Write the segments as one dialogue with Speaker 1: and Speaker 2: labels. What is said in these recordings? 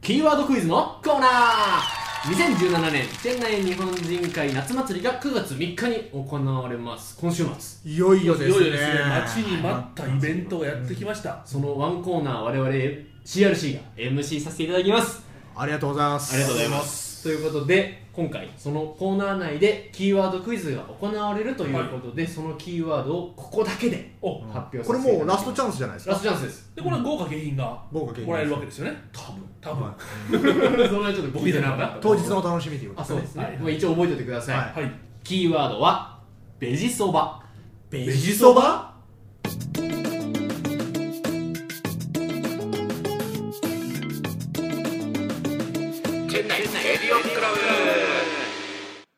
Speaker 1: キーワードクイズのコーナー2017年チェンナイ日本人会夏祭りが9月3日に行われます今週末
Speaker 2: いよいよ
Speaker 3: い
Speaker 2: です
Speaker 3: よ
Speaker 2: ね
Speaker 3: いよですね待ちに待ったイベントをやってきました、
Speaker 1: そのワンコーナー我々 CRC が MC させていただきます
Speaker 2: ありがとうございます
Speaker 1: ありがとうございますということで今回そのコーナー内でキーワードクイズが行われるということで、そのキーワードをここだけで
Speaker 3: お
Speaker 1: 発表
Speaker 2: こ
Speaker 1: さ
Speaker 2: れ
Speaker 1: せてい
Speaker 2: も
Speaker 1: た
Speaker 2: う
Speaker 1: だ
Speaker 2: ラ
Speaker 1: き
Speaker 2: スト
Speaker 1: ます
Speaker 2: チャンスじゃないです
Speaker 1: ラ
Speaker 2: か
Speaker 1: ストチャンス です
Speaker 3: でこれは豪華景品が
Speaker 2: 豪華景品
Speaker 3: もらえるわけですよね
Speaker 1: 多分
Speaker 3: 多分
Speaker 2: は
Speaker 3: は
Speaker 1: それはちょっと聞いてなかった
Speaker 2: 当日のお楽しみというこ と
Speaker 1: あそうですね、
Speaker 3: はい
Speaker 1: まあ、一応覚えておいてください、
Speaker 2: はい
Speaker 3: い
Speaker 1: キーワードはベジそば
Speaker 2: ベ
Speaker 3: ジそ
Speaker 2: ば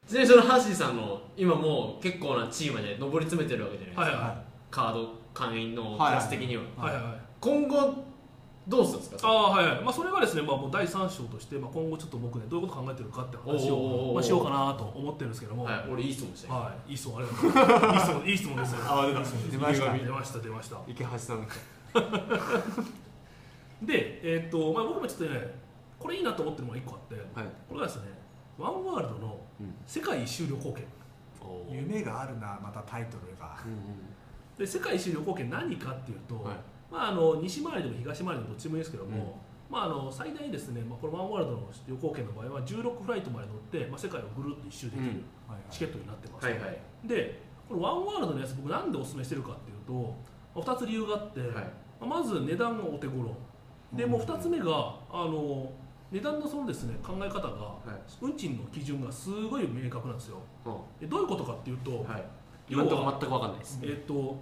Speaker 1: ちなみにそのハッシーさんの今もう結構な地位まで上り詰めてるわけじゃないですか、
Speaker 3: はいはい
Speaker 1: カード会員のクラス的には、
Speaker 3: はいはいはい
Speaker 1: 今後どうするんです
Speaker 3: あ
Speaker 1: か
Speaker 3: あはいはいまあ、それがですね、まあ、もう第3章として、まあ、今後ちょっと僕ねどういうこと考えてるかって話
Speaker 1: おうおうおうお
Speaker 3: を
Speaker 1: う
Speaker 3: まあ、しようかなと思ってるんですけども、
Speaker 1: はい、俺いい質問したい
Speaker 3: はい、いい質問ありがとう ございます。いい質問、いい質問ですよ。
Speaker 4: あ出た
Speaker 3: いい質問です
Speaker 4: 出ました
Speaker 3: 出ました、出ました。
Speaker 4: 池橋さん
Speaker 3: で、えーっと、まあ、僕もちょっとね、これいいなと思ってるのが一個あって、
Speaker 4: はい
Speaker 3: これがですね、ワンワールドの世界一周旅行券。
Speaker 4: 夢
Speaker 2: 夢があるなまたタイトルが
Speaker 3: で、世界一周旅行券何かっていうと、
Speaker 4: はい
Speaker 3: まあ、あの、西回りでも東回りでもどっちでもいいですけども。まあ、あの最大ですね、まあ、このワンワールドの旅行券の場合は16フライトまで乗って、まあ、世界をぐるっと一周できるチケットになってます、
Speaker 1: はいはい
Speaker 3: でこのワンワールドのやつ僕なんでお勧めしてるかっていうとまあ2つ理由があって、
Speaker 1: はい
Speaker 3: まあまず値段がお手頃でもう2つ目があの値段のそのです、ね、考え方が、運賃の基準がすごい明確なんですよでどういうことかっていうと、
Speaker 1: はい
Speaker 3: 要
Speaker 1: 今の
Speaker 3: は
Speaker 1: ところ全く分かんないです
Speaker 3: えっ、と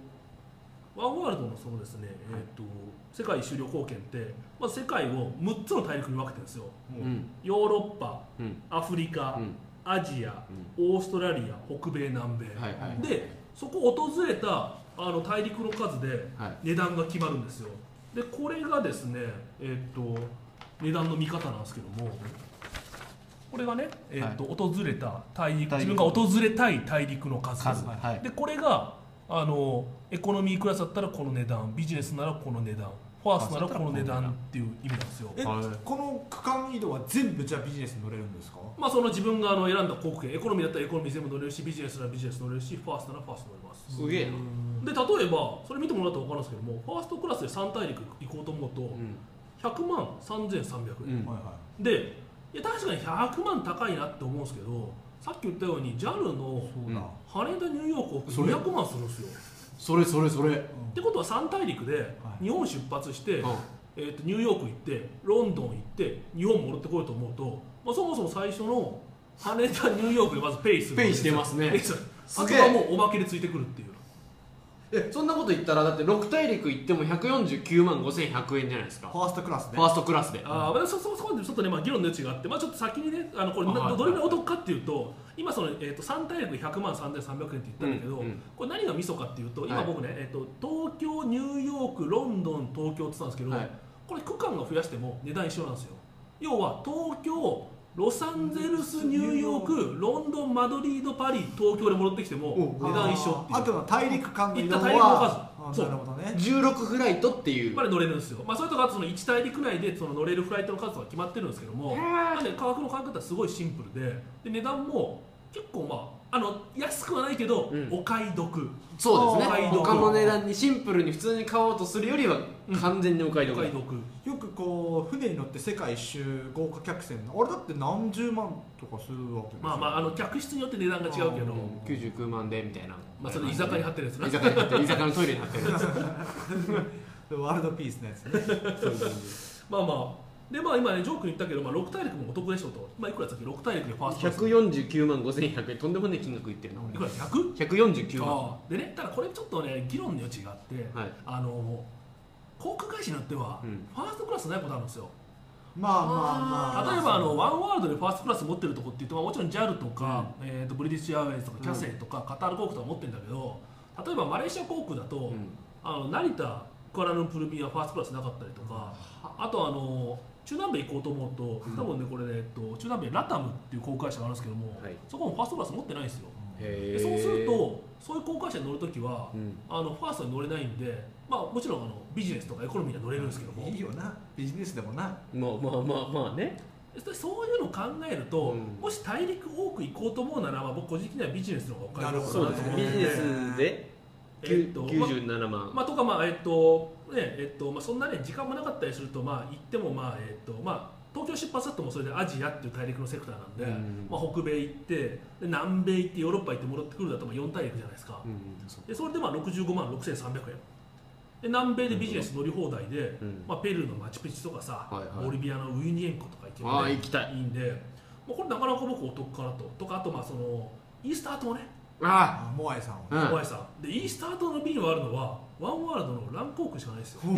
Speaker 3: ワンワールドのそのですね、えっと世界一周旅行券って、まず世界を6つの大陸に分けてるんですよ
Speaker 1: うん
Speaker 3: ヨーロッパ、
Speaker 1: うん
Speaker 3: アフリカ、
Speaker 1: うん
Speaker 3: アジア、オーストラリア北米南米、
Speaker 4: はいはい
Speaker 3: でそこを訪れたあの大陸の数で
Speaker 4: はい
Speaker 3: 値段が決まるんですよでこれがですねえっと値段の見方なんですけどもこれがね、えっと訪れた大陸
Speaker 4: 大
Speaker 3: 自
Speaker 4: 陸
Speaker 3: 分が訪れたい大陸の数
Speaker 4: 数はい
Speaker 3: でこれがあのエコノミークラスだったらこの値段ビジネスならこの値段ファーストならこの値段っていう意味なんですよ
Speaker 2: え、
Speaker 4: はい
Speaker 2: この区間移動は全部じゃあビジネスに乗れるんですか
Speaker 3: まあ、その自分があの選んだ航空券エコノミーだったらエコノミー全部乗れるしビジネスならビジネス乗れるしファーストならファースト乗れます
Speaker 1: すげえな
Speaker 3: で例えばそれ見てもらったら分かるんですけどもファーストクラスで3大陸行こうと思うと、100万3300円、
Speaker 2: はいは
Speaker 3: でいや確かに100万高いなって思うんですけどさっき言ったように JAL の
Speaker 2: そうだ、
Speaker 3: 羽田ニューヨークを200万するんですよ
Speaker 4: それそれそれ
Speaker 3: ってことは3大陸で日本出発して、
Speaker 4: うん
Speaker 3: えー、とニューヨーク行ってロンドン行って日本戻ってこようと思うと、まあ、そもそも最初の羽田ニューヨークでまずペイする
Speaker 1: ペイしてますね
Speaker 3: ペイするあ
Speaker 1: す
Speaker 3: と
Speaker 1: げえ
Speaker 3: はもうおまけでついてくるっていう
Speaker 1: えそんなこと言ったらだって6大陸行っても149万5100円じゃないですか
Speaker 2: ファーストクラスね
Speaker 1: ファーストクラスで
Speaker 3: あーまあそそそこまでちょっとね、まあ、議論の余地があって、まあ、ちょっと先にねあのこれな
Speaker 1: はい
Speaker 3: どれぐらいお得かっていうと今その、えー、と3大陸100万3300円って言ったんだけど、
Speaker 1: うんうん
Speaker 3: これ何がミソかっていうと
Speaker 1: は
Speaker 3: 今
Speaker 1: い
Speaker 3: 僕ね、えー、と東京ニューヨークロンドン東京って言ってたんですけど、
Speaker 1: はい
Speaker 3: これ区間が増やしても値段一緒なんですよ要は東京ロサンゼルスニューヨークロンドンマドリードパリ東京で戻ってきても
Speaker 2: お
Speaker 3: 値段一緒っていう
Speaker 2: あとの大陸間の移動
Speaker 3: 行った
Speaker 2: は
Speaker 3: 大陸の数
Speaker 2: あなるほどね
Speaker 1: 16フライトっていう
Speaker 3: まで乗れるんですよ、まあ、それとかあとその1大陸内でその乗れるフライトの数は決まってるんですけども、なんで価格の考え方はすごいシンプルでで値段も結構まああの安くはないけど、
Speaker 1: うん
Speaker 3: お買い得
Speaker 1: そうです
Speaker 3: お買
Speaker 1: ね
Speaker 3: い得
Speaker 1: 他の値段にシンプルに普通に買おうとするよりは
Speaker 3: うん
Speaker 1: 完全にお買い
Speaker 3: お
Speaker 1: 得
Speaker 3: 買い得
Speaker 2: よくこう船に乗って世界一周豪華客船あれだって何十万とかするわけですよ
Speaker 3: まあまああの客室によって値段が違うけど、
Speaker 1: う
Speaker 2: う
Speaker 1: ん99万でみたいな
Speaker 3: まあ、それ居酒屋に貼ってるやつな
Speaker 1: 居酒屋に貼ってる居酒屋のトイレに貼 ってるやつ
Speaker 2: ワールドピースのやつね
Speaker 3: まあまあでまあ今ねジョークに言ったけど、まあ、6大陸もお得でしょうと、まあ、いくらだったっけ6大陸でファーストクラ
Speaker 1: 149万5100円とんでもない金額いってるな
Speaker 3: スいくら 100?
Speaker 1: 149万
Speaker 3: ああでねただこれちょっとね議論の余地があって、
Speaker 1: はい
Speaker 3: あの航空会社によっては、
Speaker 1: うん
Speaker 3: ファーストクラスないことあるんですよ
Speaker 2: まあまあまあ
Speaker 3: 例えばあのワンワールドでファーストクラス持ってるとこっていうと、まあ、もちろん JAL とか、えー、とブリティッシュ・アーウェイズとかキャセイとか、カタール航空とか持ってるんだけど例えばマレーシア航空だと、
Speaker 1: ん
Speaker 3: あの成田クアラルンプル便はファーストクラスなかったりとかあとあの中南米行こうと思うと多分ねこれね、えっと、中南米ラタムっていう航空会社があるんですけども、
Speaker 1: はい
Speaker 3: そこもファーストクラス持ってないんですよ、
Speaker 1: へ
Speaker 3: で
Speaker 1: ー
Speaker 3: そうするとそういう航空会社に乗るときは、
Speaker 1: うん
Speaker 3: あのファーストに乗れないんでまあ、もちろんあのビジネスとかエコノミーには乗れるんですけども
Speaker 2: いいよなビジネスでもな
Speaker 5: まあまあまあまあね
Speaker 3: そういうのを考えると、
Speaker 5: うん
Speaker 3: もし大陸多く行こうと思うならば僕個人的にはビジネスの方がお金
Speaker 2: そうですね
Speaker 5: ビジネスできゅ
Speaker 3: えっと
Speaker 5: 97万、
Speaker 3: まあ、とかまあえっとねえっとまあそんなね時間もなかったりするとまあ行ってもまあえっとまあ東京出発だともうそれでアジアっていう大陸のセクターなんで、
Speaker 5: うん
Speaker 3: まあ北米行ってで南米行ってヨーロッパ行って戻ってくるだとまあ4大陸じゃないですか、
Speaker 5: うん
Speaker 3: でそれでまあ65万6300円で南米でビジネス乗り放題で、
Speaker 5: うん
Speaker 3: まあ、ペルーのマチュピチュとかさ、
Speaker 1: はいはい
Speaker 3: ボリビアのウユニ塩湖とか行け
Speaker 1: あ
Speaker 3: ば、
Speaker 1: あ
Speaker 3: ね
Speaker 1: 行きたい
Speaker 3: いいんで、まあ、これなかなか僕お得かなととかあとまあそのイースター島ね
Speaker 1: あ
Speaker 2: あモアイさんを
Speaker 1: あ、うん
Speaker 3: 小林さんでイースター島の便はあるのはワンワールドのランコークしかないですよ
Speaker 1: へ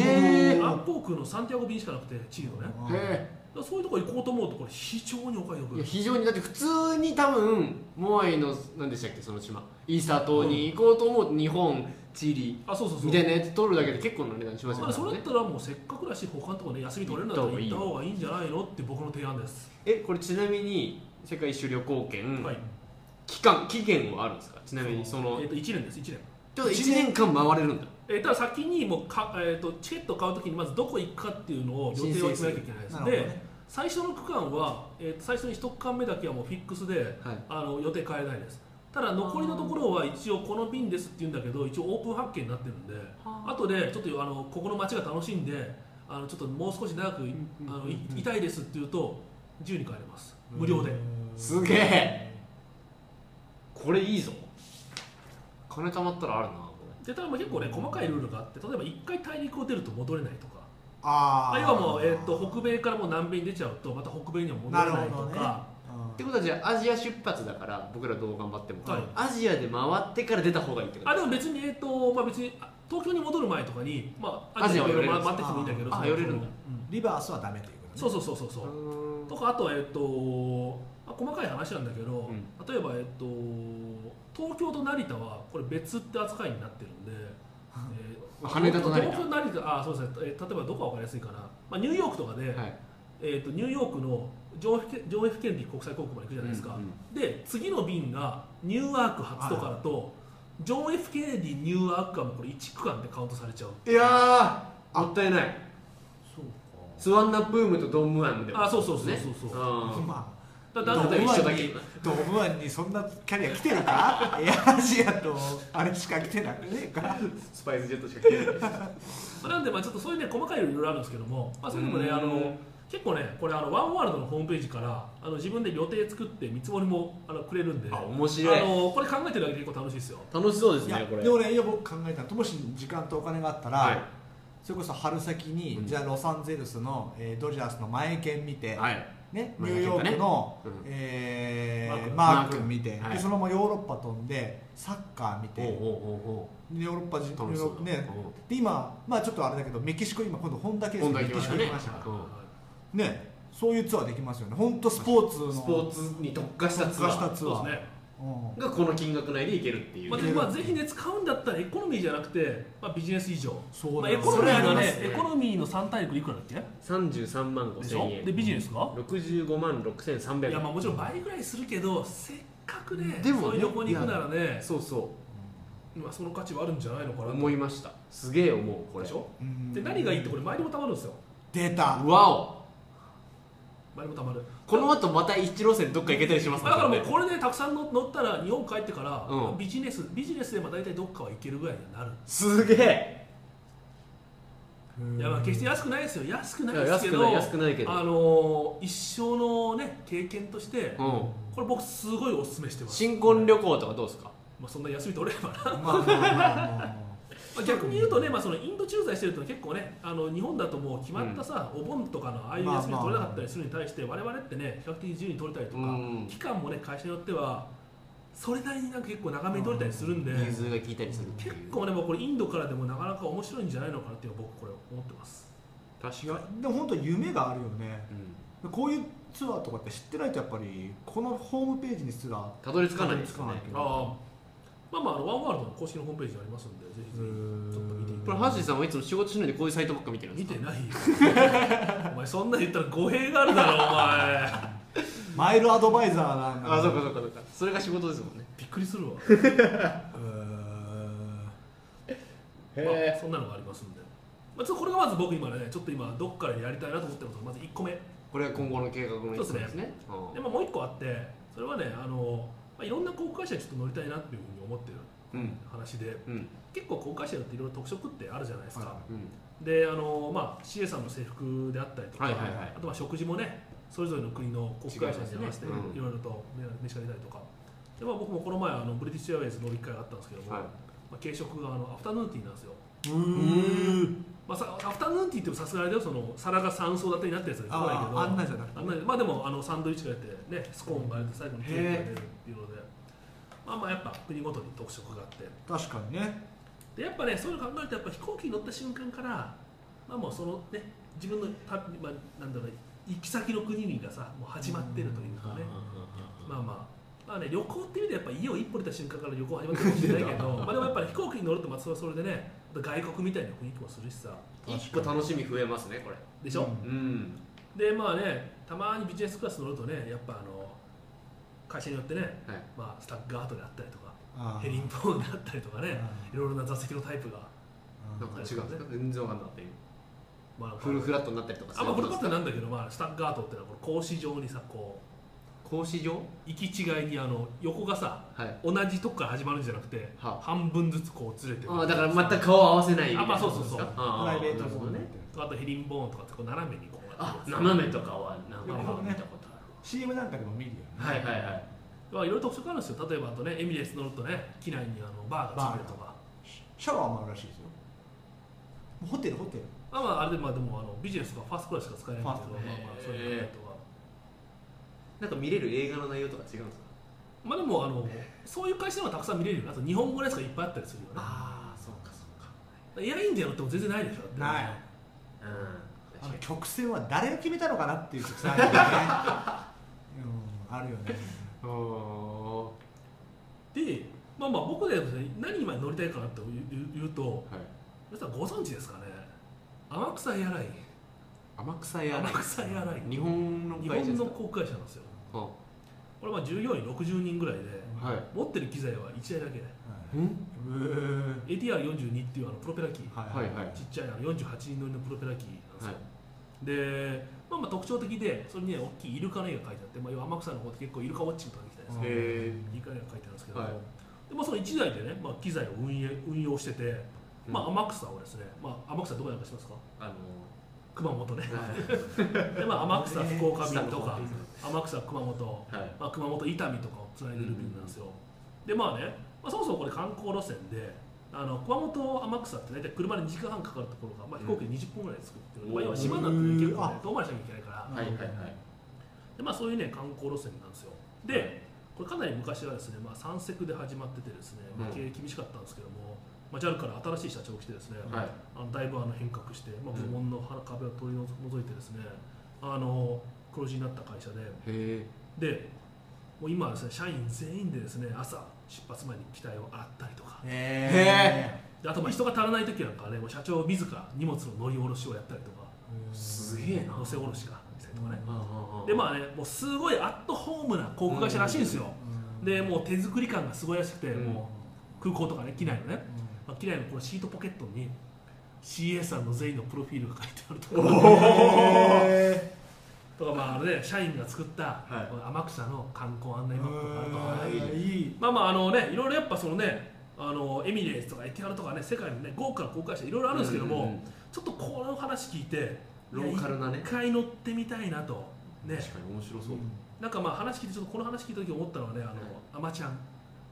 Speaker 1: ー
Speaker 3: ランコークのサンティアゴ便しかなくてチリのねだか
Speaker 1: へ
Speaker 3: らそういうとこ行こうと思うとこれ非常にお買い
Speaker 1: えい
Speaker 3: 得
Speaker 1: や非常にだって普通に多分モアイの何でしたっけその島イースター島に行こうと思うと、日本チリ
Speaker 3: あそうそうそう
Speaker 1: みたいなやつ取るだけで結構な値段しますよ
Speaker 3: まあ
Speaker 1: ね
Speaker 3: それだったらもうせっかくだし他のところね休み取れるんだったら行った方がいいんじゃないのって僕の提案です、
Speaker 1: えこれちなみに世界一周旅行券、
Speaker 3: はい
Speaker 1: 期間期限はあるんですかちなみにその
Speaker 3: えっと1年です1年
Speaker 1: ちょっと1年間回れるんだ
Speaker 3: えーただ先にもうか、えー、とチケットを買うときにまずどこ行くかっていうのを予定を決めなきゃいけないです
Speaker 2: なるほど
Speaker 3: で
Speaker 2: ね
Speaker 3: 最初の区間は、えーと最初に1区間目だけはもうフィックスで、
Speaker 1: はい
Speaker 3: あの予定変えないですただ残りのところは一応この便ですって言うんだけど一応オープン発見になってるんで後でちょっとあのここの街が楽しんであのちょっともう少し長くいあのいいたいですって言うと自由に帰れます無料で
Speaker 1: すげえこれいいぞ金貯まったらあるなこ
Speaker 3: でただまあ結構ね細かいルールがあって例えば1回大陸を出ると戻れないとか
Speaker 2: あ
Speaker 3: あ
Speaker 2: あ
Speaker 3: るいはもう、えー、と北米からもう南米に出ちゃうとまた北米には戻れないと
Speaker 2: なるほどね
Speaker 3: か、
Speaker 1: れってことはじゃあアジア出発だから僕らどう頑張っても、
Speaker 3: はい
Speaker 1: アジアで回ってから出た方がいいってこと
Speaker 3: あでも別に、えーとまあ、別にあ東京に戻る前とかに、まあ、
Speaker 1: アジアは寄れる
Speaker 3: まあ待ってきてもいいんだけど
Speaker 1: あ
Speaker 3: その
Speaker 1: 寄れるんだ
Speaker 3: うん
Speaker 2: リバースはダメということ
Speaker 3: そうそうそうそうそう
Speaker 1: う
Speaker 3: とかあとはえっ、と、まあ、細かい話なんだけど、
Speaker 1: ん
Speaker 3: 例えばえっ、と東京と成田はこれ別って扱いになってる んで、えー
Speaker 1: 羽田と成田
Speaker 3: 東京東京と成田あそうですね、えー例えばどこが分かりやすいかな、まあ、ニューヨークとかで、
Speaker 1: ーんはい
Speaker 3: えー、とニューヨークの上辺上辺ケネディ国際航空まで行くじゃないですか、で次の便がニューアーク発とかだと、ジョン・ F ・ケネディニューアーク間もこれ1区間でカウントされちゃう
Speaker 1: いやーもったいない
Speaker 2: そう
Speaker 1: スワンナプームとドンムアンでも
Speaker 3: あそうそうそうそうそう
Speaker 2: か
Speaker 1: ん
Speaker 2: まあ
Speaker 3: だ
Speaker 1: だ
Speaker 3: だ
Speaker 1: っ
Speaker 3: だ
Speaker 1: たら一緒だけど
Speaker 2: ドームアンにそんなキャリア来てるかエアアジアとあれしか来てなくねえから
Speaker 1: スパイスジェットしか来てない
Speaker 3: まあなんで、まあ、ちょっとそういうね細かいルールあるんですけども、まあ、それでもね
Speaker 1: うん
Speaker 3: あの結構ねこれあのワンワールドのホームページからあの自分で予定作って見積もりもあのくれるんで
Speaker 1: あ
Speaker 3: あ
Speaker 1: 面白い
Speaker 3: のこれ考えてるだけで結構楽しいですよ
Speaker 5: 楽しそうです
Speaker 2: いや
Speaker 5: ねこれ
Speaker 2: でもねいや僕考えたのともし時間とお金があったら、
Speaker 1: はい
Speaker 2: それこそ春先に、
Speaker 1: うん
Speaker 2: じゃあロサンゼルスの、えードジャースの前券見て、
Speaker 1: はい
Speaker 2: ね、ニ
Speaker 1: 前
Speaker 2: ュー
Speaker 1: 券
Speaker 2: ヨ
Speaker 1: とね
Speaker 2: ークの、
Speaker 1: うん
Speaker 2: えー
Speaker 1: マ
Speaker 2: マ
Speaker 1: ー
Speaker 2: ー
Speaker 1: ク
Speaker 2: ク見て、
Speaker 1: はい
Speaker 2: でそのままヨーロッパ飛んでサッカー見
Speaker 1: お
Speaker 2: て
Speaker 1: うおう
Speaker 2: で
Speaker 1: お
Speaker 2: ヨーロッパ人
Speaker 1: うおう楽しそ
Speaker 2: ヨーロ
Speaker 1: うだ
Speaker 2: ッパね
Speaker 1: うん
Speaker 2: で今、まあ、ちょっとあれだけどメキシコ今今度本田圭佑
Speaker 1: 本題行きましたね
Speaker 2: メキシコ行きましたか
Speaker 1: うん
Speaker 2: らねそういうツアーできますよね本当スポーツの
Speaker 1: スポーツに特化したツア
Speaker 2: 特化
Speaker 1: ー
Speaker 2: した
Speaker 3: そうですね、
Speaker 2: うん
Speaker 1: がこの金額内でいけるっていう
Speaker 3: まあでまあ、ぜひね使うんだったらエコノミーじゃなくて、まあ、ビジネス以上
Speaker 2: そう
Speaker 3: ま
Speaker 2: だ
Speaker 3: あ、
Speaker 2: よ
Speaker 3: エコノミー
Speaker 1: それあり
Speaker 3: が
Speaker 1: ま
Speaker 3: ね
Speaker 1: すね
Speaker 3: エコノミーの3大陸いくらだっけ
Speaker 1: 33万
Speaker 3: でしょ
Speaker 1: 5000円
Speaker 3: でビジネスが、
Speaker 1: 65万6300円
Speaker 3: いやまあもちろん倍ぐらいするけどせっかくね
Speaker 1: でもね
Speaker 3: そういう旅行に行くならね
Speaker 1: そうそ
Speaker 3: まあその価値はあるんじゃないのか
Speaker 1: う
Speaker 3: なと
Speaker 1: 思いましたすげえ思うこれ
Speaker 3: でしょ
Speaker 2: うん
Speaker 3: で何がいいってこれ前にもたまるんですよ
Speaker 2: 出た
Speaker 1: わお
Speaker 3: 前にもたまる
Speaker 1: この後また一路線どっか行けたりします
Speaker 3: だからもう
Speaker 1: こ
Speaker 3: これでたくさん乗乗ったら日本帰ってから、
Speaker 1: うん
Speaker 3: ビジネスビジネスでまあ大体どっかは行けるぐらいにはなる、
Speaker 1: れすげえ
Speaker 3: いやまあ決して安くないですよ安くない
Speaker 1: いや
Speaker 3: です
Speaker 1: 安
Speaker 3: け
Speaker 1: く
Speaker 3: ど
Speaker 1: ない安くないけど
Speaker 3: あのー一生のね経験として、
Speaker 1: うん
Speaker 3: これ僕すごいおすすめしてます、
Speaker 1: 新婚旅行とかどうですか
Speaker 3: まあ、そんな休み取れればな
Speaker 2: まあまあまあまあ
Speaker 3: まあ逆に言うとね、まあ、そのインド駐在してると結構ねあの日本だともう決まったさ、お盆とかのああいう休み
Speaker 2: まあまあ
Speaker 3: 取れなかったりするに対して我々ってね比較的自由に取れたりとか、
Speaker 1: うん
Speaker 3: 期間もね会社によってはそれなりになんか結構長めに取れたりするんで、
Speaker 1: 人数が効いたりするってい
Speaker 3: 結
Speaker 1: う
Speaker 3: 構ね、もうこれインドからでもなかなか面白いんじゃないのかなっていうのは僕これ思ってます。
Speaker 1: 確
Speaker 2: いやでも本当に夢があるよね
Speaker 1: うん
Speaker 2: こういうツアーとかって知ってないとやっぱりこのホームページにすら
Speaker 1: たどり着かないです
Speaker 2: たど
Speaker 1: ね
Speaker 2: り着かないけど
Speaker 3: あまあまああのワンワールドの公式のホームページにありますんでぜひぜひちょっと見てい
Speaker 1: これハーシーさんはいつも仕事しないでこういうサイトばっか見てるんで
Speaker 3: 見
Speaker 1: すか
Speaker 3: てないよ お前そんなん言ったら語弊があるだろお前
Speaker 2: マイルアドバイザーなんだ
Speaker 1: あそうかそうかそうかそれが仕事ですもんね
Speaker 3: びっくりするわ
Speaker 2: うーん
Speaker 3: まあ
Speaker 6: へ
Speaker 3: そんなのがありますんで、まあ、ちょっとこれがまず僕今ねちょっと今どっからでやりたいなと思ってることがまず1個目で、
Speaker 1: これは今後の計画の一つですね
Speaker 3: まあ、もう1個あってそれはねあの、まあ、いろんな航空会社にちょっと乗りたいなっていうふうに思ってる
Speaker 1: うん
Speaker 3: 話で
Speaker 1: うん
Speaker 3: 結構航空会社によっていろいろ特色ってあるじゃないですか、
Speaker 2: は
Speaker 1: うん
Speaker 3: であの、まあ、CA さんの制服であったりとか、
Speaker 1: はいはいはい
Speaker 3: あとは食事もねそれぞれの国の航空会社に合わせて
Speaker 1: 違いますねうん
Speaker 3: いろいろと召し上がれたりとか、でまあ、僕もこの前あのブリティッシュエアウェイズ乗る機会があったんですけども、
Speaker 1: はい
Speaker 3: まあ、軽食があのアフタヌーンティーなんですよ、
Speaker 2: うん
Speaker 3: まあ、さアフタヌーンティーってさすがあれだよその皿が3層立てになったやつですごいけ
Speaker 2: あ
Speaker 3: ど
Speaker 2: ああんなじゃなくて
Speaker 3: あんなまあでもあのサンドイッチがやって、ね、スコーンがやって最後にケーキが出るっていうので、まあまあやっぱ国ごとに特色があって
Speaker 2: 確かにね
Speaker 3: でやっぱねそういうの考えるとやっぱ飛行機に乗った瞬間から、まあ、もうそのね自分の旅、まあ、なんだろう行き先の国がさもう始まってるというかねまあまあまあね、旅行っていう意味でやっぱ家を一歩出た瞬間から旅行始まってるかもしれないけどまあでもやっぱり飛行機に乗るとまあそれはそれでね外国みたいな雰囲気もするしさ
Speaker 1: 一個楽しみ増えますねこれ
Speaker 3: でしょ、
Speaker 2: うん
Speaker 1: うん
Speaker 3: でまあねたまにビジネスクラス乗るとねやっぱあの会社によってね、
Speaker 1: はい
Speaker 3: まあ、スタッガートであったりとか
Speaker 2: あー
Speaker 3: ヘリンボーンであったりとかね
Speaker 2: う
Speaker 3: いろいろな座席のタイプが、
Speaker 2: ん
Speaker 1: なんか違うんですか全然わかんなかった今
Speaker 3: まあ、
Speaker 1: フルフラットになったりとか
Speaker 3: あまあフルパッ
Speaker 1: す
Speaker 3: ク
Speaker 1: る
Speaker 3: なんだけど、まあ、スタッガートってのはこの格子状にさこう
Speaker 1: 格子状
Speaker 3: 行き違いにあの横がさ
Speaker 1: はい
Speaker 3: 同じとこから始まるんじゃなくて
Speaker 1: は
Speaker 3: 半分ずつこうずれてる
Speaker 1: ああだから全く顔合わせないみたいな
Speaker 3: あまあそうそうそう
Speaker 1: ことですかあ
Speaker 2: プ
Speaker 1: あ
Speaker 2: ライベート
Speaker 1: なる
Speaker 2: ゾ
Speaker 1: ほ
Speaker 2: ー
Speaker 1: ど
Speaker 2: ンね
Speaker 1: ね
Speaker 3: あとヘリンボーンとかってこう斜めにこうやっ
Speaker 1: あ
Speaker 3: てる
Speaker 1: 斜めとかはなんか
Speaker 2: なるほどね
Speaker 1: 見たことあ
Speaker 2: CM なんかでも見るよね
Speaker 1: るはいはいはい
Speaker 3: まあいろいろ特色あるんですよ例えばあとねエミレーツ乗るとね機内にあのバーがついてるとか
Speaker 2: シャワーもあるらしいですよホテルホテル
Speaker 3: まあまああれでまあでもあのビジネスとかファーストクラスしか使えないんですけど
Speaker 2: ファー
Speaker 1: スト
Speaker 3: ま
Speaker 1: ね
Speaker 3: あまあそういうの考えるとは
Speaker 1: なんか見れる映画の内容とか違うんですか
Speaker 3: まあでもあのそういう会社の方がたくさん見れるよねあと日本語のやつがいっぱいあったりするよね
Speaker 1: ああそうかそうか
Speaker 3: エアインディア乗っても全然ないでしょだって
Speaker 2: ない
Speaker 1: うん
Speaker 2: あ
Speaker 1: 確
Speaker 2: の
Speaker 1: かに
Speaker 2: 曲線は誰が決めたのかなっていう曲線あるよねうんあるよね
Speaker 1: お
Speaker 3: でまあまあ僕で何今乗りたいかなって言う言うと
Speaker 1: ーはい
Speaker 3: 皆さんご存知ですかね天草エアライン
Speaker 1: 天草や
Speaker 3: 天草エアライン
Speaker 1: 日本の
Speaker 3: 日
Speaker 1: 会社
Speaker 3: 本
Speaker 1: です
Speaker 3: の
Speaker 1: か
Speaker 3: 航空会社なんですよこれまあ従業員60人ぐらいで
Speaker 1: ははい
Speaker 3: 持ってる機材は1台だけ
Speaker 1: うん
Speaker 2: うんうー
Speaker 3: ATR42 っていうあのプロペラ機ちっ
Speaker 2: は
Speaker 1: はいいはい
Speaker 3: ちゃいあの48人乗りのプロペラ機なんですよ、
Speaker 1: はい
Speaker 3: で、まあ、まあ特徴的でそれにね大きいイルカの絵が描いてあって、まあ、要は天草の方で結構イルカウォッチングとかできたりする
Speaker 1: へ
Speaker 3: イルカの絵が描いてあるんですけど、
Speaker 1: はい
Speaker 3: でまあ、その1台でね、まあ、機材を運営運用してて、まあ、
Speaker 1: うん
Speaker 3: 天草をですね、まあ、天草どこになんかしますか
Speaker 1: あの
Speaker 3: 熊本ね
Speaker 1: ー
Speaker 3: で、まあ、天草福岡便とか
Speaker 1: はい
Speaker 3: 天草熊本、
Speaker 1: はい
Speaker 3: まあ、熊本伊丹とかをつないでる便なんですよ、でまあね、まあ、そもそもこれ観光路線であの熊本天草って大体車で2時間半かかるところが、まあ、飛行機で20分ぐらいで着くっていう、
Speaker 1: うん
Speaker 3: まあ、要は島になってね結構ね
Speaker 2: あ
Speaker 3: 遠回りしなきゃいけないから
Speaker 1: はいはいはい
Speaker 3: で、まあ、そういうね観光路線なんですよでこれかなり昔はですね、まあ、三セクで始まっててですね、まあ、経営厳しかったんですけども、まあ、JAL から新しい社長が来てですね、
Speaker 1: はい
Speaker 3: あのだいぶあの変革して、まあ、
Speaker 1: うん
Speaker 3: 部門の腹壁を取り除いてですねあの黒字になった会社で
Speaker 1: へえ
Speaker 3: でもう今はですね社員全員でですね朝出発前に機体を洗ったりとか
Speaker 2: へ
Speaker 3: であとまあ人が足らない時なんかはねもう社長自ら荷物の乗り下ろしをやったりとか
Speaker 1: すげえな
Speaker 3: 乗せ下ろしがしたりとかね
Speaker 1: ああああ
Speaker 3: でまあねもうすごいアットホームな航空会社らしいんですよでもう手作り感がすごいらしくて、
Speaker 1: うん
Speaker 3: もう空港とかね機内のね、まあ、機内のこのシートポケットに CA さんの全員のプロフィールが書いてあるとかとかまああれね社員が作った
Speaker 1: はい
Speaker 3: この天草の観光案内マップがあるとかね
Speaker 2: うんいい
Speaker 3: まあまああのねいろいろやっぱそのねあのエミレーツとかエティハルとかね世界のね豪華な航空会社いろいろあるんですけども、
Speaker 1: うんうんうん
Speaker 3: ちょっとこの話聞いて
Speaker 1: ローカルなね
Speaker 3: 一回乗ってみたいなとね
Speaker 1: 確かに面白そう
Speaker 3: なんかまあ話聞いてちょっとこの話聞いた時思ったのはねあの、アマちゃん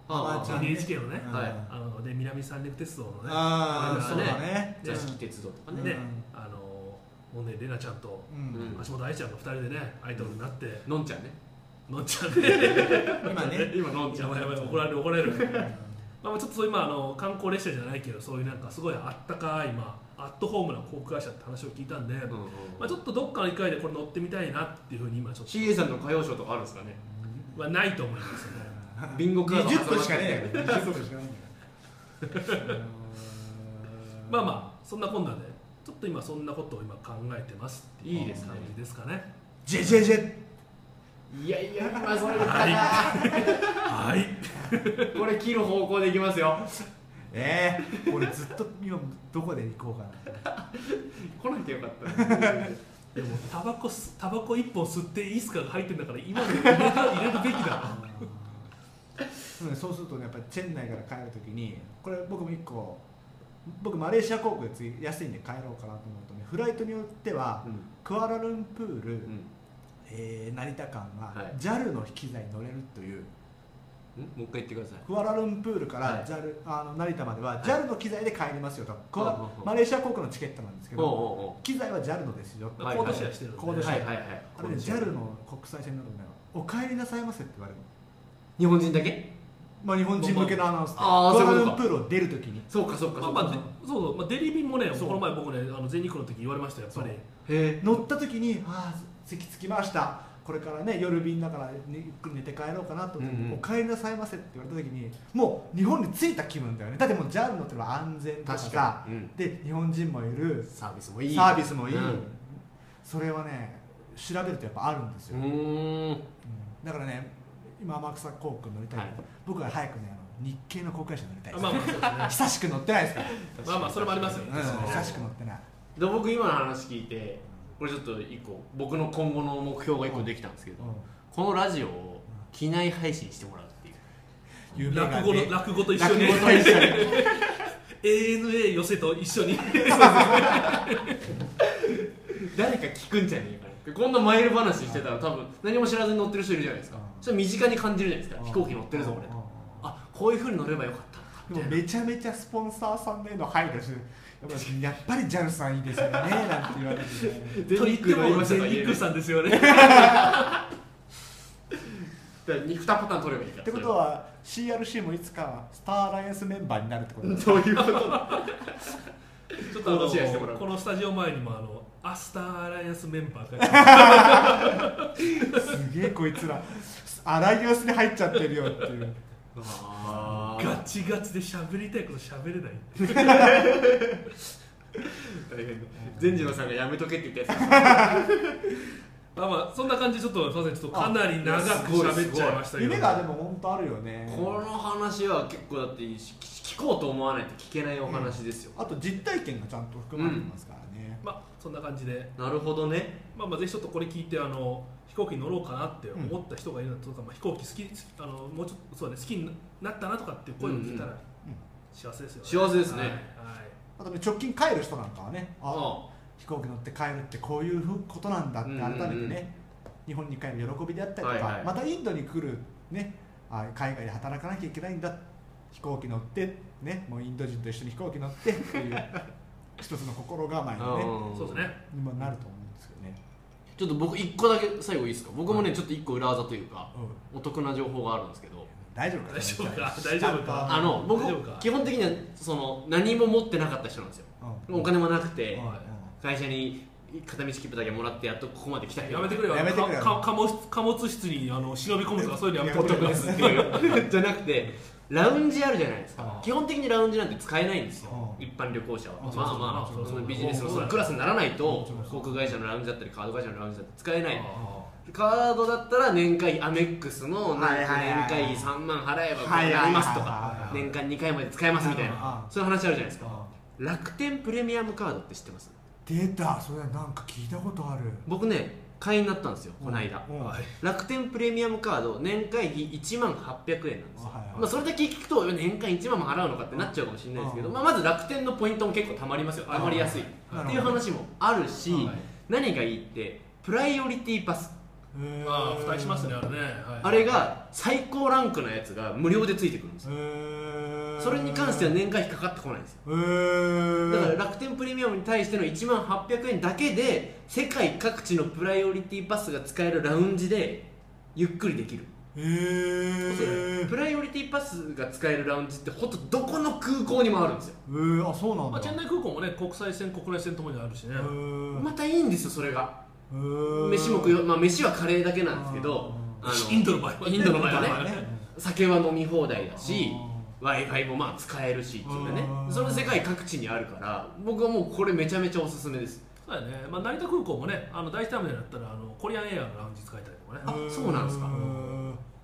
Speaker 2: ああちゃんね
Speaker 3: NHK のね、
Speaker 2: うん
Speaker 1: はい
Speaker 3: あので南三陸鉄道のね
Speaker 2: ああそうだね
Speaker 1: 座敷鉄道とかね
Speaker 3: ね、
Speaker 2: うん
Speaker 3: あのもうね玲奈ちゃんと
Speaker 2: うん
Speaker 1: うん
Speaker 3: 橋本愛ちゃんの2人でねアイドルになって、
Speaker 1: のんちゃんね
Speaker 3: のんちゃんで
Speaker 2: 今ね
Speaker 1: 今 のんちゃ
Speaker 3: や
Speaker 1: ん
Speaker 3: ばいやばい怒られる怒られるまあまあちょっとそういうまああの観光列車じゃないけどそういうなんかすごいあったかいまあアットホームな航空会社って話を聞いたんで、
Speaker 1: うんうん
Speaker 3: まあ、ちょっとどっかの一回でこれ乗ってみたいなっていうふうに今ちょっと
Speaker 1: CA さんの歌謡ショーとかあるんですかね
Speaker 3: はないと思いますね
Speaker 1: ビンゴカード
Speaker 2: 20分しかねえよ20分しかない
Speaker 3: まあまあそんなこんなでちょっと今そんなことを今考えてますっていう
Speaker 1: いいですね
Speaker 3: 感じですかね
Speaker 2: あジェジェジェ
Speaker 1: いやいやまあそれ
Speaker 3: はいはい
Speaker 1: これ切る方向でいきますよ
Speaker 2: ええ俺ずっと今どこで行こうかな
Speaker 1: 来なきゃよかった
Speaker 3: でもタバコ吸タバコ一本吸っていいっすかが入ってんだから今の入れた入れるべきだろ
Speaker 2: うんそうするとねやっぱりチェン内から帰るときにこれ僕も一個僕マレーシア航空で次安いんで帰ろうかなと思うとねフライトによってはクアラルンプール、えー成田間が
Speaker 1: はい
Speaker 2: JAL の機材に乗れるという、
Speaker 1: もう一回言ってください
Speaker 2: クアラルンプールか
Speaker 1: は
Speaker 2: ら
Speaker 1: い
Speaker 2: JAL、あの成田まではい JAL の機材で帰りますよと、ク
Speaker 1: ほ
Speaker 2: ア
Speaker 1: うほうほう
Speaker 2: マレーシア航空のチケットなんですけ
Speaker 1: おう
Speaker 2: ど
Speaker 1: おうお
Speaker 2: 機材は JAL のですよ
Speaker 3: コ
Speaker 1: はい
Speaker 3: ードシェアしてるんで
Speaker 2: コード
Speaker 1: う
Speaker 2: シェ
Speaker 1: はいはいはい
Speaker 2: あれね JAL の国際線などねお帰りなさいませって言われるの、
Speaker 1: 日本人だけ
Speaker 2: まあ、日本人向けのアナウンスでク
Speaker 1: あー
Speaker 2: アラ
Speaker 1: そうい
Speaker 2: ル
Speaker 1: うこと
Speaker 2: ン
Speaker 1: か
Speaker 2: プールを出るときに
Speaker 1: そうかそうか
Speaker 3: ま
Speaker 1: そ
Speaker 3: あ
Speaker 1: う
Speaker 3: まあ
Speaker 1: か
Speaker 3: でそうそう、まあ、デリビンもね
Speaker 2: そう
Speaker 3: この前僕ねあの全日空の時言われましたよやっぱり
Speaker 2: そう
Speaker 1: へ
Speaker 2: 乗った時に「ああ席着きましたこれからね夜便だから、ね、ゆっくり寝て帰ろうかな」と思って、
Speaker 1: うんうん
Speaker 2: お帰りなさいませ」って言われた時にもう日本に着いた気分だよねだってもう JAL 乗ってるのは安全とか
Speaker 1: 確かにうん
Speaker 2: で日本人もいる
Speaker 1: サービスもいい
Speaker 2: サービスもいい、
Speaker 1: うん
Speaker 2: それはね調べるとやっぱあるんで
Speaker 1: う
Speaker 2: すよ、うん
Speaker 1: ーん
Speaker 2: だからね今天草航空乗りたい、
Speaker 1: はい
Speaker 2: 僕は早くねあの日系の航空会社乗りたい
Speaker 3: あ
Speaker 2: です、
Speaker 3: まあまあそ うですね
Speaker 2: 久しく乗ってないですから、
Speaker 3: まあまあそれもありますよ、
Speaker 2: うん
Speaker 3: ね
Speaker 2: 久しく乗ってない
Speaker 1: で僕今の話聞いてこれちょっと一個僕の今後の目標が一個できたんですけど、
Speaker 2: うん
Speaker 1: このラジオを機内配信してもらうっていう
Speaker 2: 夢がね
Speaker 3: 落語の落語と一緒に
Speaker 2: 落語と一緒に
Speaker 3: ANA 寄せと 一緒に
Speaker 1: 誰か聞くんじゃねえかなこんなマイル話してたら多分何も知らずに乗ってる人いるじゃないですか
Speaker 2: うん
Speaker 1: それ身近に感じるじゃないです
Speaker 2: うん
Speaker 1: か飛行機乗ってるぞ俺
Speaker 2: うん
Speaker 1: とあこういうふうに乗ればよかった
Speaker 2: でもめちゃめちゃスポンサーさんへの配慮してやっぱり JAL さんいいですよねなんて言われてね
Speaker 3: と言っても全日空
Speaker 1: だ
Speaker 3: さんですよね
Speaker 1: から2パターン取ればいいから
Speaker 2: ってことは CRC もいつかはスターアライアンスメンバーになるってことです
Speaker 1: そういうことだ
Speaker 3: ちょっとあ
Speaker 1: コードシェアしてもら
Speaker 3: の
Speaker 1: う
Speaker 3: このスタジオ前にもあのアスターアライアンスメンバーが
Speaker 2: すげえこいつらアライアンスに入っちゃってるよっていう
Speaker 1: あ
Speaker 3: ガ
Speaker 1: ー
Speaker 3: チガチで喋りたいこと喋れない
Speaker 1: 大変だ善次郎さんがやめとけって言ったやつ
Speaker 3: まあまあそんな感じでちょっとすいませんちょっとかなり長く喋っちゃいましたけど
Speaker 2: 夢がでも本当あるよね
Speaker 1: この話は結構だって聞聞こうと思わないと聞けないお話ですよ、
Speaker 2: あと実体験がちゃんと含まれてますからね、
Speaker 3: まあそんな感じで
Speaker 1: なるほどね
Speaker 3: まあまあぜひちょっとこれ聞いてあの飛行機に乗ろうかなって思った人がいるのとか、まあ飛行機好きあのもうちょっとそうだね好きになったなとかっていう声を聞いたら幸せですよね、
Speaker 1: 幸せですね
Speaker 3: はい、はい
Speaker 2: あとね直近帰る人なんかはねあ
Speaker 1: あ
Speaker 2: 飛行機乗って帰るってこういうふことなんだって
Speaker 1: うん
Speaker 2: 改めてね、
Speaker 1: うんうん
Speaker 2: 日本に帰る喜びであったりとか、
Speaker 1: はいはい
Speaker 2: またインドに来る、ね、あ海外で働かなきゃいけないんだ飛行機乗って、ね、もうインド人と一緒に飛行機乗ってっていう 一つの心構え
Speaker 1: あ、
Speaker 2: に、ね、
Speaker 1: ん
Speaker 3: そうですね
Speaker 2: 今なると思うんですけどね、
Speaker 1: ちょっと僕一個だけ最後いいですか僕もね、ちょっと一個裏技というか
Speaker 2: うん
Speaker 1: お得な情報があるんですけど
Speaker 2: 大丈夫か
Speaker 3: 大丈夫か
Speaker 2: ちゃんと
Speaker 3: 大丈夫か
Speaker 1: あの僕
Speaker 3: 大丈夫か
Speaker 1: 基本的にはその何も持ってなかった人なんですよ
Speaker 2: うん
Speaker 1: お金もなくて、
Speaker 2: うんうん
Speaker 1: 会社に片道切符だけもらってやっとここまで来た
Speaker 3: やめてくれよ
Speaker 2: やめてくれよ
Speaker 3: かか貨物貨物室にあの忍び込むとかそういうのやめてくれよ
Speaker 2: やめてく
Speaker 1: ですっ
Speaker 2: れよ
Speaker 1: ていう じゃなくてラウンジあるじゃないです
Speaker 2: あ
Speaker 1: か
Speaker 2: あ
Speaker 1: 基本的にラウンジなんて使えないんですよ
Speaker 2: うん
Speaker 1: 一般旅行者は
Speaker 2: あ
Speaker 1: まあま
Speaker 3: そうそう
Speaker 1: あそ
Speaker 3: そうそう
Speaker 1: のビジネスのそ
Speaker 3: そうだ
Speaker 1: の
Speaker 3: ね
Speaker 1: クラスにならないと
Speaker 2: そうそうそ
Speaker 1: 航
Speaker 2: う
Speaker 1: 空会社のラウンジだったりカード会社のラウンジだったり使えない
Speaker 3: あ
Speaker 1: カードだったら年会アメックスのなんか
Speaker 2: はいはいは
Speaker 1: 年
Speaker 2: い
Speaker 1: 会3万払えばこう
Speaker 2: はいはいはいはい
Speaker 1: なりますと
Speaker 2: はい
Speaker 1: か
Speaker 2: はいはい
Speaker 1: 年間2回まで使えますみたい
Speaker 2: あ
Speaker 1: な
Speaker 2: あ
Speaker 1: そういう話あるじゃないです
Speaker 2: うん
Speaker 1: か楽天プレミアムカードって知ってます
Speaker 2: 出たそれなんか聞いたことある
Speaker 1: 僕ね会員になったんですよこの間
Speaker 2: うん
Speaker 3: あはい
Speaker 1: 楽天プレミアムカード年会費1万800円なんですよ、
Speaker 2: はいはい
Speaker 1: まあ、それだけ聞くと年間1万も払うのかってなっちゃうかもしれないですけど、
Speaker 2: うん
Speaker 1: まあ、まず楽天のポイントも結構たまりますよたまりやすいっ
Speaker 2: なるほど
Speaker 1: ていう話もあるし、
Speaker 3: はい
Speaker 1: 何がいいってプライオリティパス、
Speaker 2: へー
Speaker 3: ああ、期待しましたね、あれね。はい
Speaker 1: あれが最高ランクのやつが無料でついてくるんですよ、
Speaker 2: へー
Speaker 1: それに関しては年会費かかってこないんですよ
Speaker 2: へー
Speaker 1: だから楽天プレミアムに対しての1万800円だけで世界各地のプライオリティパスが使えるラウンジでゆっくりできる
Speaker 2: へ
Speaker 1: それ
Speaker 2: ー
Speaker 1: プライオリティパスが使えるラウンジってほんとどこの空港にもあるんですよ
Speaker 2: えー、あそうなんだ、
Speaker 3: まあ、チェンナイ空港もね、国際線、国内線ともにあるしね。
Speaker 1: またいいんですよそれが飯
Speaker 2: 飯
Speaker 1: も食よまあ飯はカレーだけなんですけど
Speaker 2: う
Speaker 1: あ の
Speaker 3: インドの場合はね
Speaker 1: インドの場合はね
Speaker 3: まあね
Speaker 1: 酒は飲み放題だし
Speaker 2: う
Speaker 1: w i f i もまあ使えるしっていうかね
Speaker 2: うん
Speaker 1: それ世界各地にあるから僕はもうこれめちゃめちゃおすすめです
Speaker 3: そうだよね、まあ、成田空港もね、あの第一ターミナルだったら、あのコリアンエアのラウンジ使えたりとかね。
Speaker 1: あそうなんですか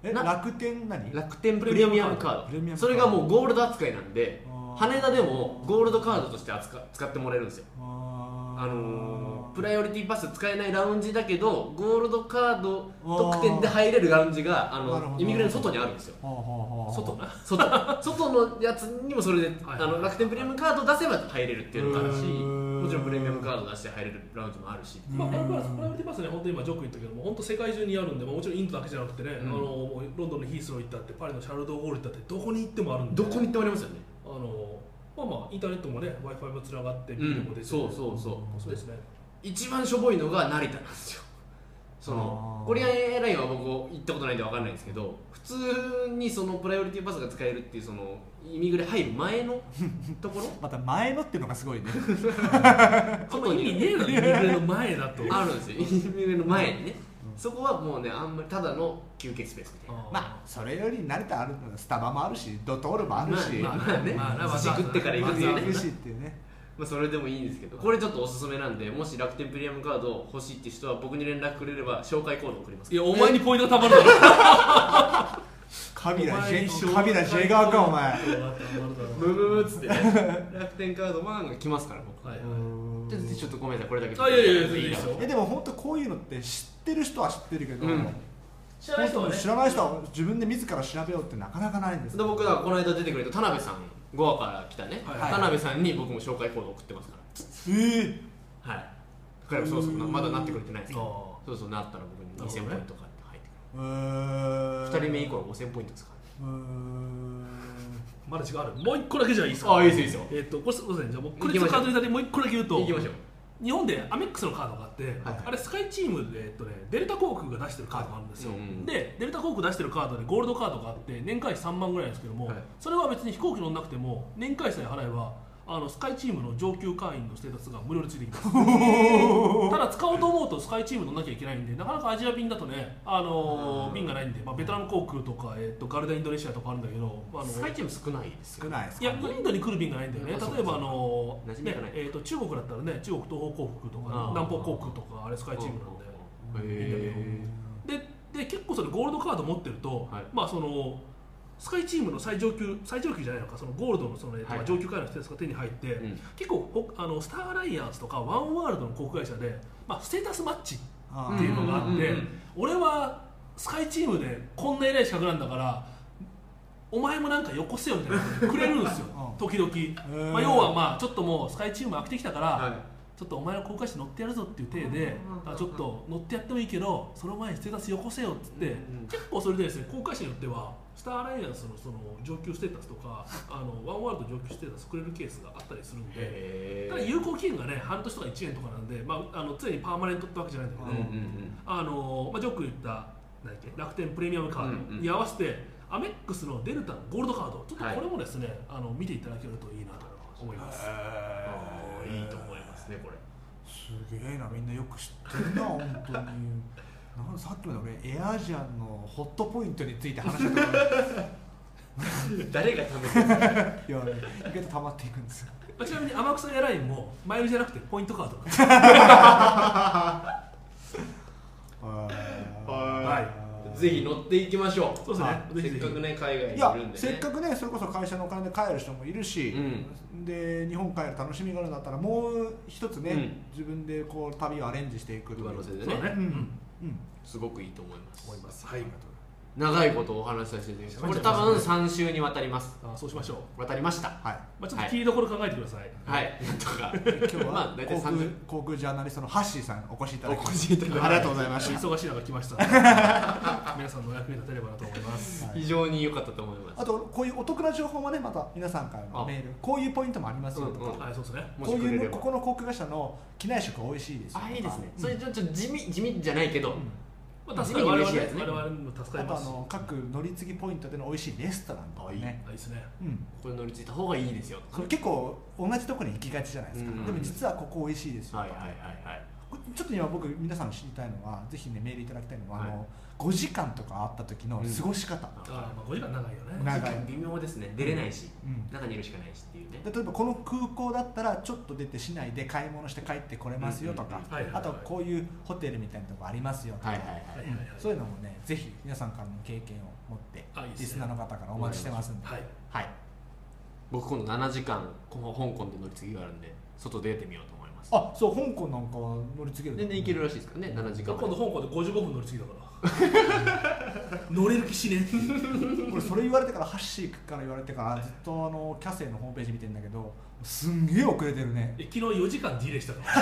Speaker 2: え
Speaker 1: な
Speaker 2: 楽天何
Speaker 1: 楽天プレミアムカ
Speaker 2: プレ
Speaker 1: ード
Speaker 2: ミアムカード
Speaker 1: それがもうゴールド扱いなんで
Speaker 2: あー
Speaker 1: 羽田でもゴールドカードとして扱使ってもらえるんですよあ
Speaker 2: あ
Speaker 1: のープ
Speaker 2: レ
Speaker 1: ライオリティパス使えないラウンジだけどゴールドカード特典で入れるラウンジがあ
Speaker 2: なるほ
Speaker 1: の
Speaker 2: ど
Speaker 1: イミグレの外にあるん ですよ
Speaker 2: ほうほうほう
Speaker 3: 外な
Speaker 1: 外外のやつにもそれで、
Speaker 3: はい
Speaker 1: あの楽天プレミアムカード出せば入れるっていうのもあるし
Speaker 2: へー
Speaker 1: もちろんプレミアムカード出して入れるラウンジもあるし
Speaker 3: まあ、プライオリティパスね、本当に今、ジョーク言ったけども、本当世界中にあるんで、まあもちろんインドだけじゃなくてね、
Speaker 1: うん
Speaker 3: あのもうロンドンのヒースロー行ったって、パリのシャルドーゴール行ったって、どこに行ってもあるんで、
Speaker 1: どこに行ってもありますよね
Speaker 3: あのまあまあ、インターネットもね、w i f i もつながって、ビ
Speaker 1: う
Speaker 3: デオも出て
Speaker 1: ん
Speaker 3: て
Speaker 1: そうそうそ
Speaker 3: そうですね、
Speaker 1: う一番しょぼいのが成田なんですよそ
Speaker 2: あ
Speaker 1: の
Speaker 2: ー
Speaker 1: コリアンエアラインは僕行ったことないんで分かんないんですけど普通にそのプライオリティパスが使えるっていうそのイミグレ入る前のところ
Speaker 2: また前のっていうのがす ごいね
Speaker 3: あんま意味ねえだろ、イミグレの前だと。
Speaker 1: あるんですよイミグレの前にねそこはもうねあんまりただの休憩スペースみたいな
Speaker 2: まあそれより慣れたあるのスタバもあるしドトールもあるし、
Speaker 1: まあまあね
Speaker 3: まあまあまあ
Speaker 1: 寿司食ってから行くんですよね
Speaker 2: まず行くしっていうね
Speaker 1: まあ、それでもいいんですけどこれちょっとおすすめなんでもし楽天プレミアムカード欲しいって人は僕に連絡くれれば紹介コード送ります
Speaker 3: いや、お前にポイントがたまるだろ。
Speaker 2: カビラ
Speaker 3: お
Speaker 2: ジ
Speaker 3: 前に
Speaker 2: ェカビラジェガーかお前
Speaker 3: ポイントがたまるだろ
Speaker 1: ブブブっつって、ね、楽天カードマンが来ますから僕
Speaker 3: はいう
Speaker 2: ーん
Speaker 1: ちょっとごめんなさいこれだけ
Speaker 3: あいやいやいや全然いいですよ
Speaker 2: えでも本当こういうのって知ってる人は知ってるけど、
Speaker 1: うん
Speaker 3: 知らない人はね
Speaker 2: 知らない人は自分で自ら調べようってなかなかないんです
Speaker 1: で僕だからこの間出てくれた田辺さんゴアから来たね、
Speaker 3: はい
Speaker 1: 田辺さんに僕も紹介コード送ってますか
Speaker 2: えー
Speaker 1: らはい彼もそうそうなまだなってくれてないですけど
Speaker 3: あ
Speaker 1: そうそうなったら僕に
Speaker 3: なるほど
Speaker 1: 2000
Speaker 3: ね
Speaker 1: ポイントかって入って
Speaker 2: うーん
Speaker 1: くる2人目以降は5000ポイントですか
Speaker 2: うーん
Speaker 3: まだ違うある。もう一個だけじゃいいですか。
Speaker 1: あいいですよいい
Speaker 3: えっと、これ、そうですね、じゃあ、もう、
Speaker 1: 行
Speaker 3: ク
Speaker 1: き
Speaker 3: レジ
Speaker 1: ま
Speaker 3: ッ
Speaker 1: しょう
Speaker 3: トカードにたでもう一個だけ言う
Speaker 1: ら
Speaker 3: と。
Speaker 1: 行きましょう
Speaker 3: 日本でアメックスのカードがあって、
Speaker 1: はい
Speaker 3: あれスカイチームで、えっとね、デルタ航空が出してるカードがあるんですよ、
Speaker 1: はいうんうん
Speaker 3: でデルタ航空出してるカードでゴールドカードがあって年会費3万ぐらいなんですけども、
Speaker 1: はい
Speaker 3: それは別に飛行機乗んなくても年会費さえ払えばあのスカイチームの上級会員のステータスが無料でついてきます ただ使おうと思うとスカイチーム乗んなきゃいけないんでなかなかアジア便だとね、あのー便がないんで、まあ、ベトナム航空とか、えっとガルダインドネシアとかあるんだけど、あの
Speaker 1: スカイチーム少ないですよ
Speaker 2: 少ないです
Speaker 3: いや、インドに来る便がないんだよね、
Speaker 1: あそうか
Speaker 3: 例えばあの
Speaker 1: 馴染み
Speaker 3: ね
Speaker 1: がない
Speaker 3: えーと中国だったらね、中国東方航空と
Speaker 1: あ
Speaker 3: か
Speaker 1: ー、
Speaker 3: 南方航空とか、あれスカイチームなん
Speaker 1: うんへえ
Speaker 3: で、でで結構それゴールドカード持ってると、
Speaker 1: はい
Speaker 3: まあそのスカイチームの最上級、最上級じゃないのか、そのゴールドのその、えーと
Speaker 1: はい
Speaker 3: 上級会員のステータスが手に入って、
Speaker 1: うん
Speaker 3: 結構ほあのスターアライアンスとかワンワールドの航空会社で、まあステータスマッチ
Speaker 2: あー
Speaker 3: っていうのがあっ
Speaker 1: うんうん
Speaker 3: て、
Speaker 1: うんうん
Speaker 3: 俺はスカイチームでこんな偉い資格なんだからお前もなんかよこせよみたいなことくれるん ですよ
Speaker 2: うん
Speaker 3: 時々、
Speaker 2: ん
Speaker 3: まあ、要はまあちょっともうスカイチーム飽きてきたから、
Speaker 1: は
Speaker 3: ちょっとお前の航海士乗ってやるぞっていう体で
Speaker 1: うん、
Speaker 3: あちょっと乗ってやってもいいけどその前にステータスよこせよっつって、
Speaker 1: うん
Speaker 3: 結構それでですね航海士によってはスターアライアンスのその上級ステータスとかあのワンワールド上級ステータスくれるケースがあったりするん
Speaker 1: い
Speaker 3: で。
Speaker 1: へ
Speaker 3: ただ
Speaker 1: え
Speaker 3: 有効期限がね半年とか1年とかなんで、まあ、あの常にパーマネントってわけじゃないんだけど、
Speaker 2: うんうん
Speaker 3: あのまあ、ジョーク言ったなんだっけ楽天プレミアムカードに合わせて、アメックスのデルタのゴールドカードちょっとこれもですね、あの見ていただけるといいなと思います。
Speaker 1: あーいいと思いますねこれ
Speaker 2: すげえなみんなよく知ってるな本当になんさっきまで俺エアアジアンのホットポイントについて話したとこ
Speaker 1: 誰が貯めてる
Speaker 2: いや意外と溜まっていくんですよ
Speaker 3: まあちなみに天草エアラインもマイルじゃなくてポイントカードなんです。
Speaker 2: は
Speaker 1: ぜひ乗っていきましょう
Speaker 3: そうですね
Speaker 2: は
Speaker 3: ぜ
Speaker 1: せっ
Speaker 3: ひぜひ
Speaker 1: かくね海外に
Speaker 2: い
Speaker 1: い
Speaker 2: や
Speaker 1: るんでね
Speaker 2: せっかくねそれこそ会社のお金で帰る人もいるし、で日本帰る楽しみがあるんだったらもう一つね、
Speaker 1: うん
Speaker 2: 自分でこう旅をアレンジしていくという
Speaker 1: 上乗せで
Speaker 3: そう
Speaker 1: ね
Speaker 3: だね
Speaker 2: うん
Speaker 3: うん
Speaker 2: うん
Speaker 1: すごくいいと思います
Speaker 3: 思います。
Speaker 2: はい
Speaker 1: 長いことお話しさせていただきましたこれ多分3週にわたります
Speaker 3: あそうしましょう。
Speaker 1: 渡りました
Speaker 2: はい
Speaker 3: まあ、ちょっと聞いどころ考えてください。
Speaker 1: はいなんとか
Speaker 2: 今日は、
Speaker 1: まあ大体
Speaker 2: 航空
Speaker 1: 30
Speaker 2: 航空ジャーナリストのハッシーさんお越しいただき
Speaker 1: お越しいただき
Speaker 2: ありがとうございました、
Speaker 3: 忙しい中来 ました。皆さんのお役に立てればなと思います。
Speaker 2: はい
Speaker 1: 非常に良かったと思いま
Speaker 2: あ
Speaker 1: す
Speaker 2: とこういうお得な情報もねまた皆さんからのメールこういうポイントもありますよとか、
Speaker 1: うんうん
Speaker 3: はい、そうですね。
Speaker 1: も
Speaker 2: こ
Speaker 1: し
Speaker 2: う
Speaker 1: くれ
Speaker 2: い
Speaker 1: れ
Speaker 2: うこ
Speaker 1: ば
Speaker 2: この航空会社の機内食美味しいですよとか
Speaker 1: あいいですねそれちょっと地味地味じゃないけど
Speaker 3: まあ、助かる我々
Speaker 1: 地味に嬉しいやつね
Speaker 3: 我々にも助
Speaker 2: あ
Speaker 3: かり
Speaker 2: と
Speaker 3: ま
Speaker 2: あ
Speaker 3: すし。
Speaker 2: の各乗り継ぎポイントでの美味しいレストランとかね
Speaker 3: あいいですね。
Speaker 2: うん、
Speaker 1: これ乗り継いだ方がいいですよ
Speaker 2: それ結構同じとこに行きがちじゃないですか、
Speaker 1: うん
Speaker 2: でも実はここ美味しいですよとか、
Speaker 1: はいはいはいはい
Speaker 2: ちょっと今僕皆さん知りたいのはぜひねメールいただきたいのは、あ
Speaker 1: は
Speaker 2: の5時間とかあった時の過ごし方、
Speaker 3: あーまあ、5時間長いよね。
Speaker 2: 長い
Speaker 1: 微妙ですね出れないし
Speaker 2: うん
Speaker 1: 中にいるしかないしっていうね
Speaker 2: で例えばこの空港だったらちょっと出て市内で買い物して帰ってこれますよと
Speaker 1: う
Speaker 2: か
Speaker 1: ん
Speaker 3: うんうんはいはいは
Speaker 2: あ
Speaker 3: い
Speaker 2: とこういうホテルみたいなとこありますよとか、
Speaker 1: はいはいはい
Speaker 3: はいはいはい
Speaker 2: そういうのもねぜひ皆さんからの経験を持って
Speaker 3: あいいですね
Speaker 2: リスナーの方からお待ちしてますんで
Speaker 3: はい、
Speaker 2: はい
Speaker 1: 僕今度7時間この香港で乗り継ぎがあるんで外出てみようと思います
Speaker 2: あそう香港なんかは乗り継げる
Speaker 1: 全然行けるらしいですからね7時間ま
Speaker 3: 今
Speaker 1: で
Speaker 3: 度香港で55分乗り継ぎだから 乗れる気しねえ
Speaker 2: 俺それ言われてからハッシーから言われてからずっとあのキャセイのホームページ見てんだけどすんげえ遅れてるね
Speaker 3: 昨日4時間ディレイしたか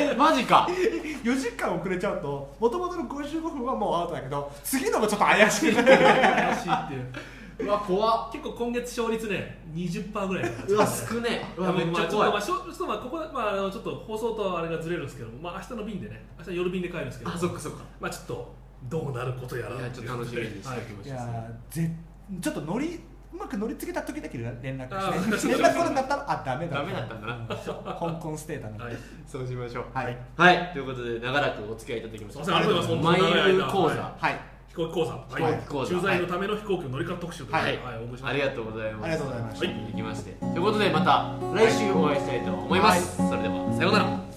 Speaker 1: えーマジか
Speaker 2: 4時間遅れちゃうともともとの55分はもうアウトだけど次のもちょっと怪しいね
Speaker 3: 怪しいっていう
Speaker 1: うわ怖っ
Speaker 3: 結構今月勝率ね20%ぐらいだから
Speaker 1: うわ少ねえうわめっち
Speaker 3: まあ
Speaker 1: ゃ
Speaker 3: ちょっとま
Speaker 1: 怖
Speaker 3: あ
Speaker 1: い
Speaker 3: しょちょっとまあここまああのちょっと放送とあれがずれるんですけどもまあ明日の便でね明日夜便で帰るんですけど
Speaker 1: あそっかそっか
Speaker 3: まあちょっとどうなることやら
Speaker 1: いやちょっと楽しみにしておきま
Speaker 2: い
Speaker 1: しょう
Speaker 2: やーぜちょっと乗りうまく乗り継げた時だけ連絡
Speaker 3: あー
Speaker 2: して連絡来なかったらあダメだ
Speaker 1: ダメだったんだな
Speaker 2: 香港ステーだな
Speaker 3: はい、はい
Speaker 1: そうしましょう
Speaker 2: はい
Speaker 1: はいということで長らくお付き合いいただきました
Speaker 3: すいませんありがとうございま
Speaker 1: マイ
Speaker 3: す
Speaker 1: ル講座
Speaker 3: は
Speaker 2: はい
Speaker 3: 飛行機講座、はい
Speaker 1: 飛行機講座
Speaker 3: 駐在のための飛行機の乗り方特集ということで、
Speaker 1: はい
Speaker 3: はい、お送りしま
Speaker 1: あ
Speaker 3: す
Speaker 1: りがとうございます
Speaker 2: ありがとうございました
Speaker 1: はい、できましてということでまた来週お会いしたいと思います、それではさようなら